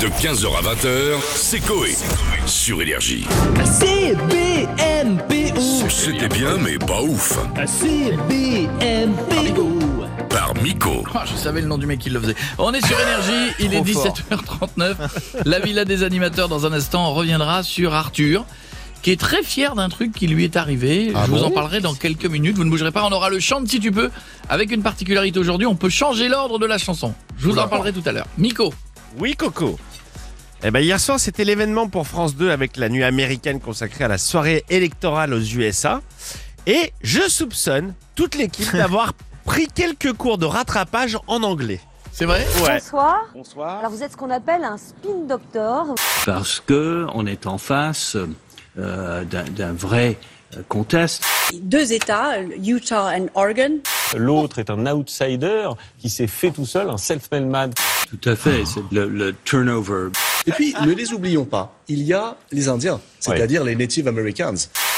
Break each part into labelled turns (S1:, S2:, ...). S1: De 15h à 20h, c'est Coé. Sur Énergie.
S2: CBMPO.
S1: C'était bien, mais pas ouf.
S2: CBMPO.
S1: Par Miko.
S3: Ah, je savais le nom du mec qui le faisait. On est sur Énergie, il est 17h39. La villa des animateurs, dans un instant, on reviendra sur Arthur, qui est très fier d'un truc qui lui est arrivé. je vous en parlerai dans quelques minutes. Vous ne bougerez pas, on aura le chant si tu peux. Avec une particularité aujourd'hui, on peut changer l'ordre de la chanson. Je vous en parlerai tout à l'heure. Miko,
S4: Oui, Coco. Eh ben, hier soir, c'était l'événement pour France 2 avec la nuit américaine consacrée à la soirée électorale aux USA. Et je soupçonne toute l'équipe d'avoir pris quelques cours de rattrapage en anglais.
S3: c'est vrai
S4: Ouais.
S5: Bonsoir.
S4: Bonsoir.
S5: Alors vous êtes ce qu'on appelle un spin doctor.
S6: parce que on est en face euh, d'un- d'un vrai euh, contest.
S7: deux États, Utah et Oregon,
S8: L'autre est un outsider qui s'est fait tout seul, un self-made man.
S6: Tout à fait, c'est le, le turnover.
S9: Et puis, ne les oublions pas, il y a les Indiens, c'est-à-dire les Native Americans.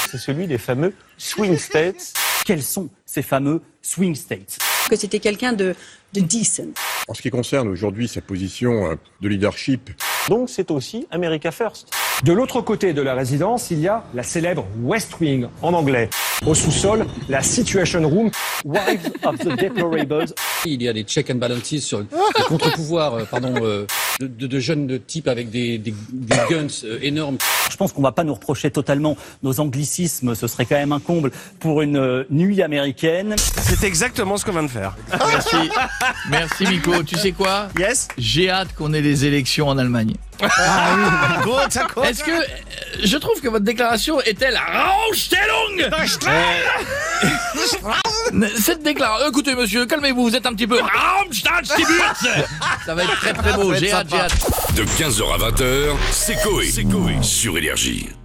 S8: C'est celui des fameux swing states.
S10: quels sont ces fameux swing states.
S7: que c'était quelqu'un de, de decent.
S11: En ce qui concerne aujourd'hui sa position euh, de leadership,
S8: Donc c'est aussi America First.
S10: De l'autre côté de la résidence, il y a la célèbre West Wing
S6: Oh,
S10: en anglais. Au sous-sol, la Situation Room.
S8: Wives of the Deplorables.
S10: Il y a des check and balances sur le contre-pouvoir, euh, pardon, euh, de, de- de jeunes de types avec des, des- des guns euh, énormes.
S6: Je pense qu'on va pas nous reprocher totalement nos anglicismes, ce serait quand même un comble pour une euh, nuit américaine.
S4: C'est exactement ce qu'on vient de faire.
S3: Merci. Merci Miko. Tu sais quoi
S4: Yes
S3: J'ai hâte qu'on ait les élections en Allemagne.
S10: Ah.
S4: Go, ça compte.
S3: Est-ce que euh, je trouve que votre déclaration est-elle Raumstellung
S4: Eh,
S3: Cette déclaration. Écoutez, monsieur, calmez-vous, vous êtes un petit peu Raumstammstibus. Ça va être très très beau. J'ai hâte, j'ai hâte.
S1: De 15h à 20h, c'est Coé. Sur Énergie.